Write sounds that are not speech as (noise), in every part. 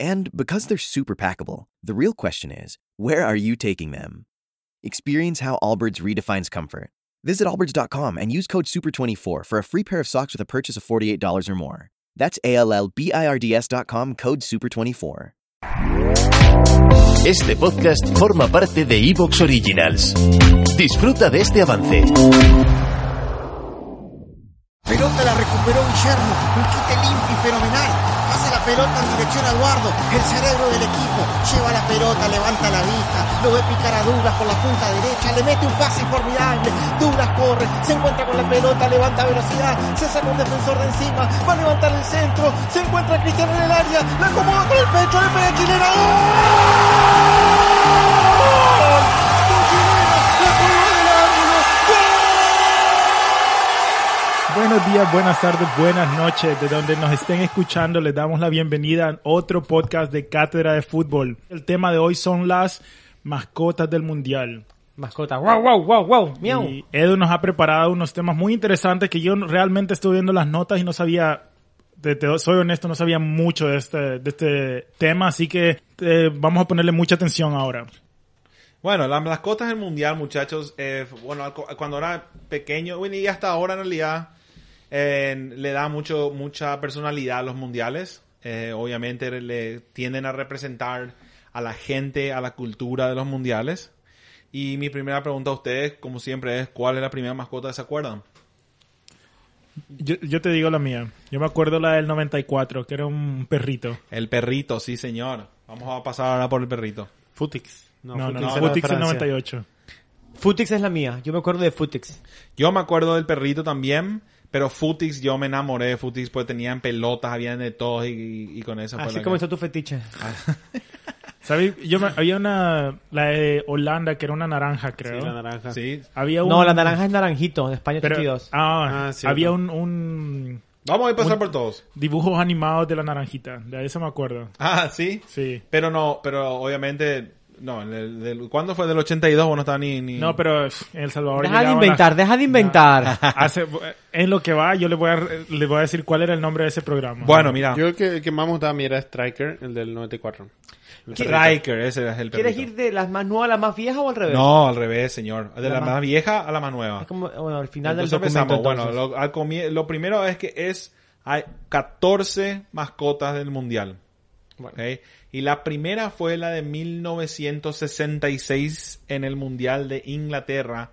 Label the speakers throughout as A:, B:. A: And because they're super packable, the real question is where are you taking them? Experience how Allbirds redefines comfort. Visit allbirds.com and use code SUPER24 for a free pair of socks with a purchase of $48 or more. That's A L L B I R D S.com code SUPER24.
B: Este podcast forma parte de Evox Originals. Disfruta de este avance.
C: Pelota la recuperó Guillermo, un quite limpio y fenomenal. Pasa la pelota en dirección a Eduardo, el cerebro del equipo. Lleva la pelota, levanta la vista, lo ve picar a Duras por la punta derecha, le mete un pase formidable. Duras corre, se encuentra con la pelota, levanta velocidad, se saca un defensor de encima, va a levantar el centro, se encuentra Cristiano en el área, la acomoda con el pecho, le pega Chilena. ¡Gol! Con Chilena, la colgó en el ángulo.
D: Buenos días, buenas tardes, buenas noches. De donde nos estén escuchando, les damos la bienvenida a otro podcast de Cátedra de Fútbol. El tema de hoy son las mascotas del Mundial.
E: Mascota. Wow, wow, wow, wow. Miau.
D: Y Edu nos ha preparado unos temas muy interesantes que yo realmente estuve viendo las notas y no sabía, te, te- soy honesto, no sabía mucho de este, de este tema, así que eh, vamos a ponerle mucha atención ahora.
F: Bueno, las mascotas del mundial, muchachos, eh, bueno, al- cuando era pequeño, bueno, y hasta ahora en realidad, eh, le da mucho, mucha personalidad a los mundiales. Eh, obviamente le tienden a representar a la gente, a la cultura de los mundiales. Y mi primera pregunta a ustedes, como siempre, es ¿cuál es la primera mascota que se acuerdan?
D: Yo, yo te digo la mía. Yo me acuerdo la del 94, que era un perrito.
F: El perrito, sí señor. Vamos a pasar ahora por el perrito.
E: Futix.
D: No, no, no.
E: Futix
D: Futix,
E: era de
D: del
E: Francia.
D: 98.
E: Futix es la mía. Yo me acuerdo de Futix.
F: Yo me acuerdo del perrito también, pero Futix, yo me enamoré de Futix porque tenían pelotas, habían de todos y, y- y con eso. fue la
E: Así
F: que-
E: comenzó tu fetiche.
D: ¿Sabes? Yo me- había una, la de Holanda, que era una naranja, creo.
G: Sí, la naranja.
F: Sí.
D: Había un,
E: No, la naranja es naranjito, de España
D: pero-
E: 82.
D: ah,
G: Ah, cierto.
D: había un, un
F: Vamos a ir a pasar por todos.
D: dibujos animados de la naranjita. De eso me acuerdo.
F: Ah, sí.
D: Sí.
F: Pero no, pero obviamente, no, en el- del- ¿cuándo fue? Del 82 o no estaba ni... ni-
D: No, pero pff, en El Salvador
E: Deja de
D: llegaban
E: inventar, deja de
F: (laughs)
E: inventar.
D: las- hace- en lo que va, yo le voy, a, le voy a decir cuál era el nombre de ese programa.
F: Bueno, mira.
G: Yo el que, el que más me gustaba a mí era Striker, el del 94. El perrito.
F: Striker, ese es el
E: ¿Quieres
F: perrito.
E: ir de las más nuevas a las más viejas o al revés?
F: No, al revés, señor. De
E: La
F: la,
E: más-
F: más vieja a la más nueva.
E: Es como, bueno, al final
F: Entonces
E: del documento.
F: empezamos. Bueno,
E: entonces.
F: lo, al comie- lo primero es que es... Hay 14 mascotas del mundial.
G: Bueno.
F: ¿ok? Y la primera fue la de 1966 en el mundial de Inglaterra.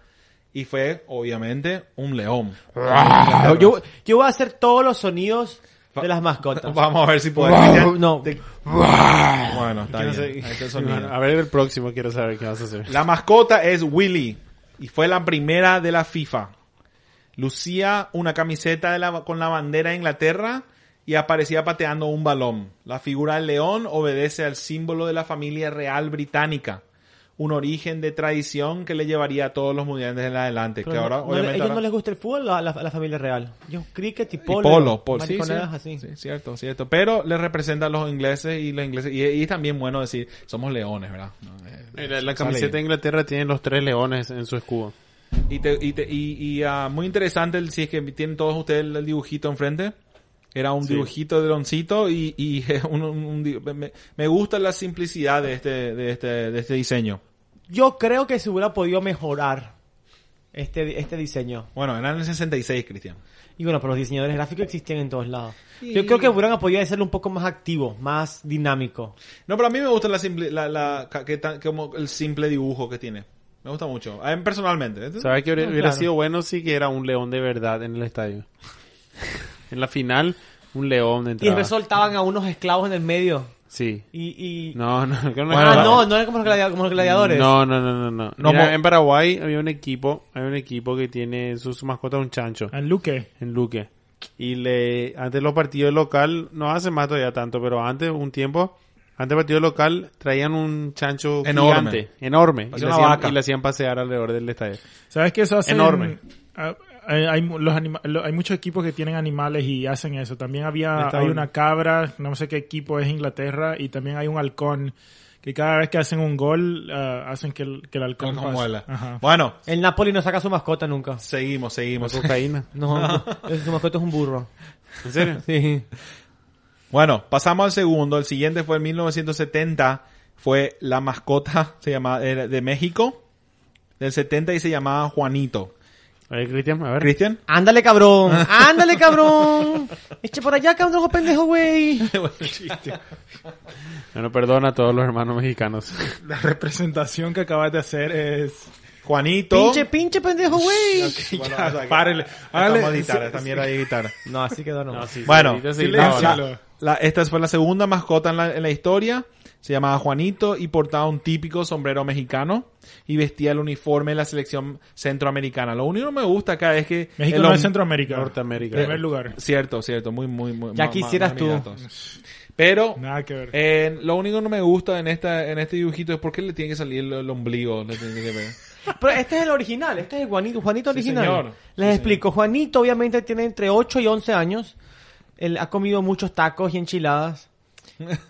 F: Y fue, obviamente, un león.
E: Ah, yo, yo voy a hacer todos los sonidos de las mascotas.
F: Vamos a ver si podemos.
E: Wow, no.
F: Bueno, está
G: Quiero
F: bien.
G: saber-
F: Ahí está el sonido.
G: a ver el próximo, quiero saber qué vas a hacer.
F: La mascota es Willy y fue la primera de la FIFA. Lucía una camiseta de la- con la bandera de Inglaterra y aparecía pateando un balón. La figura del león obedece al símbolo de la familia real británica. Un origen de tradición que le llevaría a todos los mundiales en adelante.
E: Pero
F: que
E: no-
F: ahora,
E: no le-
F: obviamente,
E: ellos
F: ahora-
E: no les gusta el fútbol a la, a la familia real. Yo, cricket y
F: Y
E: polo.
F: polo, polo. Sí, sí,
E: mariconadas así.
F: sí, cierto, cierto. Pero le representa a los ingleses y los ingleses. Y, y es también bueno decir, somos leones, ¿verdad? No, eh,
G: La,
F: sale
G: la camiseta de
F: bien.
G: Inglaterra tiene los tres leones en su escudo.
F: Y, te- y, te- y- y, ah, muy interesante, el- si es que tienen todos ustedes el, el dibujito enfrente. Era un dibujito de Loncito y, y (laughs) un- un- un di- me, me gusta la simplicidad de este, de este, de este diseño.
E: Yo creo que se hubiera podido mejorar este, este diseño.
F: Bueno, era en el 66, Cristian.
E: Y bueno, pero los diseñadores gráficos existían en todos lados. Yo creo que hubieran podido hacerlo un poco más activo, más dinámico.
F: No, pero a mí me gusta la simple, la, la- ca- que tan- como el simple dibujo que tiene. Me gusta mucho. A mí personalmente. ¿eh? Entonces,
G: ¿Sabes que hubiera,
E: Mm, No,
G: hubiera
E: claro.
G: sido bueno si que era un león de verdad en el estadio? en la final, un león
E: Y
G: de entrada.
E: después soltaban a unos esclavos en el medio.
G: Sí.
E: Y, y...
G: No, no, que no
E: ah,
G: era-
E: no, no eran como los, gladi- como los gladiadores.
G: No, no, no, no, no.
F: No,
G: Mira,
F: mo-
G: en Paraguay había un equipo, hay un equipo que tiene su, su mascota un chancho
D: En Luque.
G: en Luque. Y le antes los partidos local no hace más todavía tanto, pero antes un tiempo Antes del partido local traían un chancho
F: Enorme.
G: gigante, enorme, y
F: Parecía
G: le,
F: una
G: hacían,
F: vaca.
G: y le hacían pasear alrededor del estadio.
D: ¿Sabes qué eso hace?
G: Enorme.
D: Ah, Hay, hay mu- los anima- lo- hay muchos equipos que tienen animales y hacen eso. También había
G: Está
D: hay
G: bueno.
D: una cabra, no sé qué equipo es Inglaterra, y también hay un halcón que cada vez que hacen un gol ah, hacen que el, que el halcón
F: Como
D: pase. Ah.
F: vuela.
D: Ajá.
F: Bueno,
E: El Napoli no saca su mascota nunca.
F: seguimos,
G: Una
F: seguimos.
G: cocaína. (laughs)
E: No, (laughs) su mascota es un burro.
G: ¿En serio?
E: (laughs) Sí.
F: Bueno, pasamos al segundo. El siguiente fue en 1970. Fue la mascota (laughs) se llamaba, era de México. Del 70 y se llamaba Juanito.
G: A ver, Cristian, a
D: (laughs)
G: ver.
F: ¿Cristian?
E: Ándale, (laughs) cabrón. Ándale, cabrón. Eche por allá, cabrón, ojo pendejo, güey.
G: Bueno, perdona a todos los hermanos (laughs) mexicanos.
D: La representación que acabas de hacer es...
F: Juanito. (laughs)
E: Pinche, pinche pendejo, güey.
F: Bueno,
D: Ya,
F: o sea que-
D: párele.
F: Vamos a
D: Hágale-
F: editar, esta mierda hay que editar.
E: No, así
D: (laughs)
E: quedó no.
F: Bueno,
G: sí,
D: sí,
G: sí,
D: le-
G: no,
D: sí,
G: la-
D: lo-
F: La- la- esta fue la segunda mascota en la, en la historia. Se llamaba Juanito y portaba un típico sombrero mexicano y vestía el uniforme de la selección centroamericana. Lo único que me gusta acá es que...
D: México
F: el
D: no
F: hom-
D: es Centroamérica.
G: Norteamérica.
D: Primer lugar.
F: Cierto, cierto. Muy, muy, muy...
E: Ya
F: ma- ma-
E: quisieras
F: ma-
E: tú.
F: datos. Pero...
D: Nada que ver.
F: eh, lo único que no me gusta en esta en este dibujito es por qué le tiene que salir el, el ombligo. Le tiene que ver.
E: Pero este es el original, este es el Juanito, Juanito
F: Sí,
E: original.
F: señor. Sí,
E: Les
F: señor.
E: explico, Juanito obviamente tiene entre 8 y 11 años. Él ha comido muchos tacos y
G: (laughs)
E: enchiladas.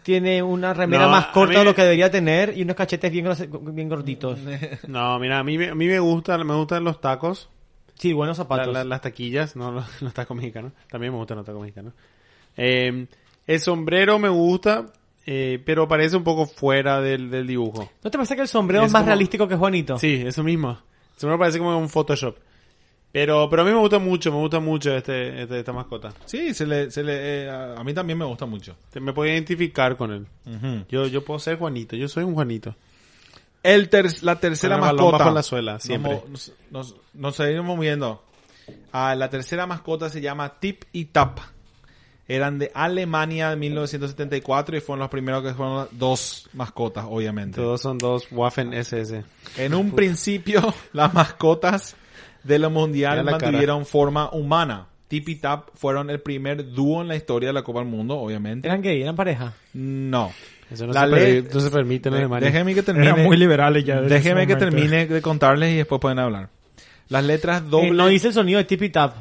E: Tiene una remera
G: No,
E: más
G: a
E: corta
G: mí-
E: de lo que debería tener y unos cachetes bien, gros- bien
G: (laughs)
E: gorditos.
G: No, mira, a mí, me- a mí me, gusta, me gustan los tacos,
E: Sí, buenos
G: la-
E: zapatos.
G: la- las taquillas, no los, los tacos mexicanos. También me gustan los tacos mexicanos. Eh, el sombrero me gusta, eh, pero parece un poco fuera del, del dibujo.
E: ¿No te parece que el sombrero es,
G: Es
E: más
G: como-
E: realístico que Juanito?
G: Sí, eso mismo. El sombrero parece como un Photoshop. Pero, pero a mí me gusta mucho, me gusta mucho este, este- esta mascota.
F: Sí, se le, se le, eh, a a mí también me gusta mucho.
G: Te- Me puedo identificar con él.
F: Ujú.
G: Yo, yo puedo ser Juanito, yo soy un Juanito.
F: El ter- la tercera
G: Con el balón
F: mascota.
G: bajo la suela, siempre.
F: Nos mo- Nos, nos- nos seguimos moviendo. Ah, la tercera mascota se llama Tip y Tap. Eran de Alemania de 1974 y fueron los primeros que fueron las dos mascotas, obviamente.
G: Todos son dos Waffen SS.
F: En un principio, (laughs) las mascotas de los mundiales
G: Mira la cara.
F: mantuvieron forma humana. Tip y Tap fueron el primer dúo en la historia de la Copa del Mundo, obviamente.
E: Eran gay, eran pareja.
F: No.
G: Eso no,
F: La
G: se,
F: ley-
G: permi- Este no se permite en
F: De-
G: Alemania.
F: Déjeme que termine.
D: Eran muy liberales ya. desde
F: eh, Déjeme
D: ese
F: que
D: momento.
F: termine de contarles y después pueden hablar. Las letras
E: Eh,
F: doble.
E: no hice el sonido de tip y tap.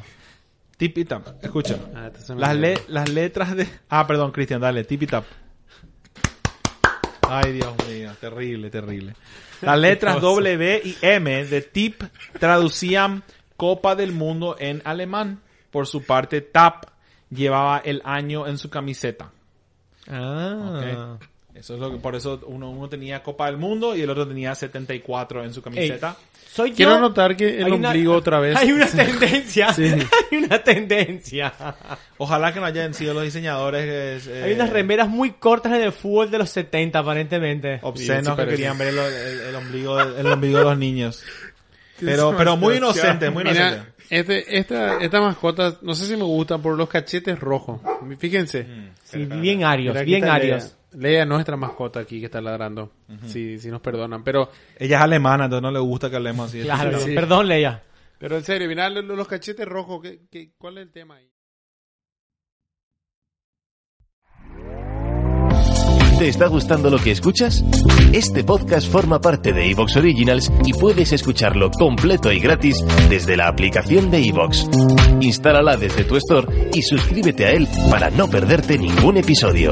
F: Tip y tap. Escucha.
G: Ah, este se me
F: Las,
G: olvidó.
F: le- las letras de. Ah, perdón, Cristian, dale. Tip y tap. Ay, Dios mío. Terrible, terrible. (laughs) Las letras W y M de Tip traducían Copa del Mundo en alemán. Por su parte, Tap llevaba el año en su camiseta.
E: Ah.
F: Ok. Eso es lo que, por eso uno, uno tenía Copa del Mundo y el otro tenía 74 en su
E: Ey,
F: camiseta.
E: soy
G: Quiero
E: yo. (laughs)
G: notar que el
E: Hay una-
G: ombligo otra vez. (laughs)
E: Hay una tendencia. Hay una tendencia.
F: Ojalá que no hayan sido los diseñadores eh,
E: Hay unas remeras muy cortas en el fútbol de los 70, aparentemente.
G: Sí, sí
F: obscenos que
G: parece.
F: querían ver el, el- el ombligo, de- el ombligo de los niños. Pero, pero muy inocente, muy inocente.
G: Mira, este, esta, esta mascota, no sé si me gusta por los cachetes rojos. Fíjense.
F: Mm.
E: Sí, bien arios,
G: Mira, aquí
E: bien
G: está
E: arios.
G: Lea, Lea, nuestra mascota aquí que está ladrando. si, si nos perdonan. Pero,
F: Ella es alemana, entonces no le gusta que hablemos así.
E: Claro,
G: Sí.
E: perdón, Leia.
G: pero en serio, mirá lo- lo- los, cachetes rojos. ¿qué, qué, cuál es el tema ahí?
B: ¿Te está gustando lo que escuchas? Este podcast forma parte de Evox Originals y puedes escucharlo completo y gratis desde la aplicación de Evox. Instálala desde tu store y suscríbete a él para no perderte ningún episodio.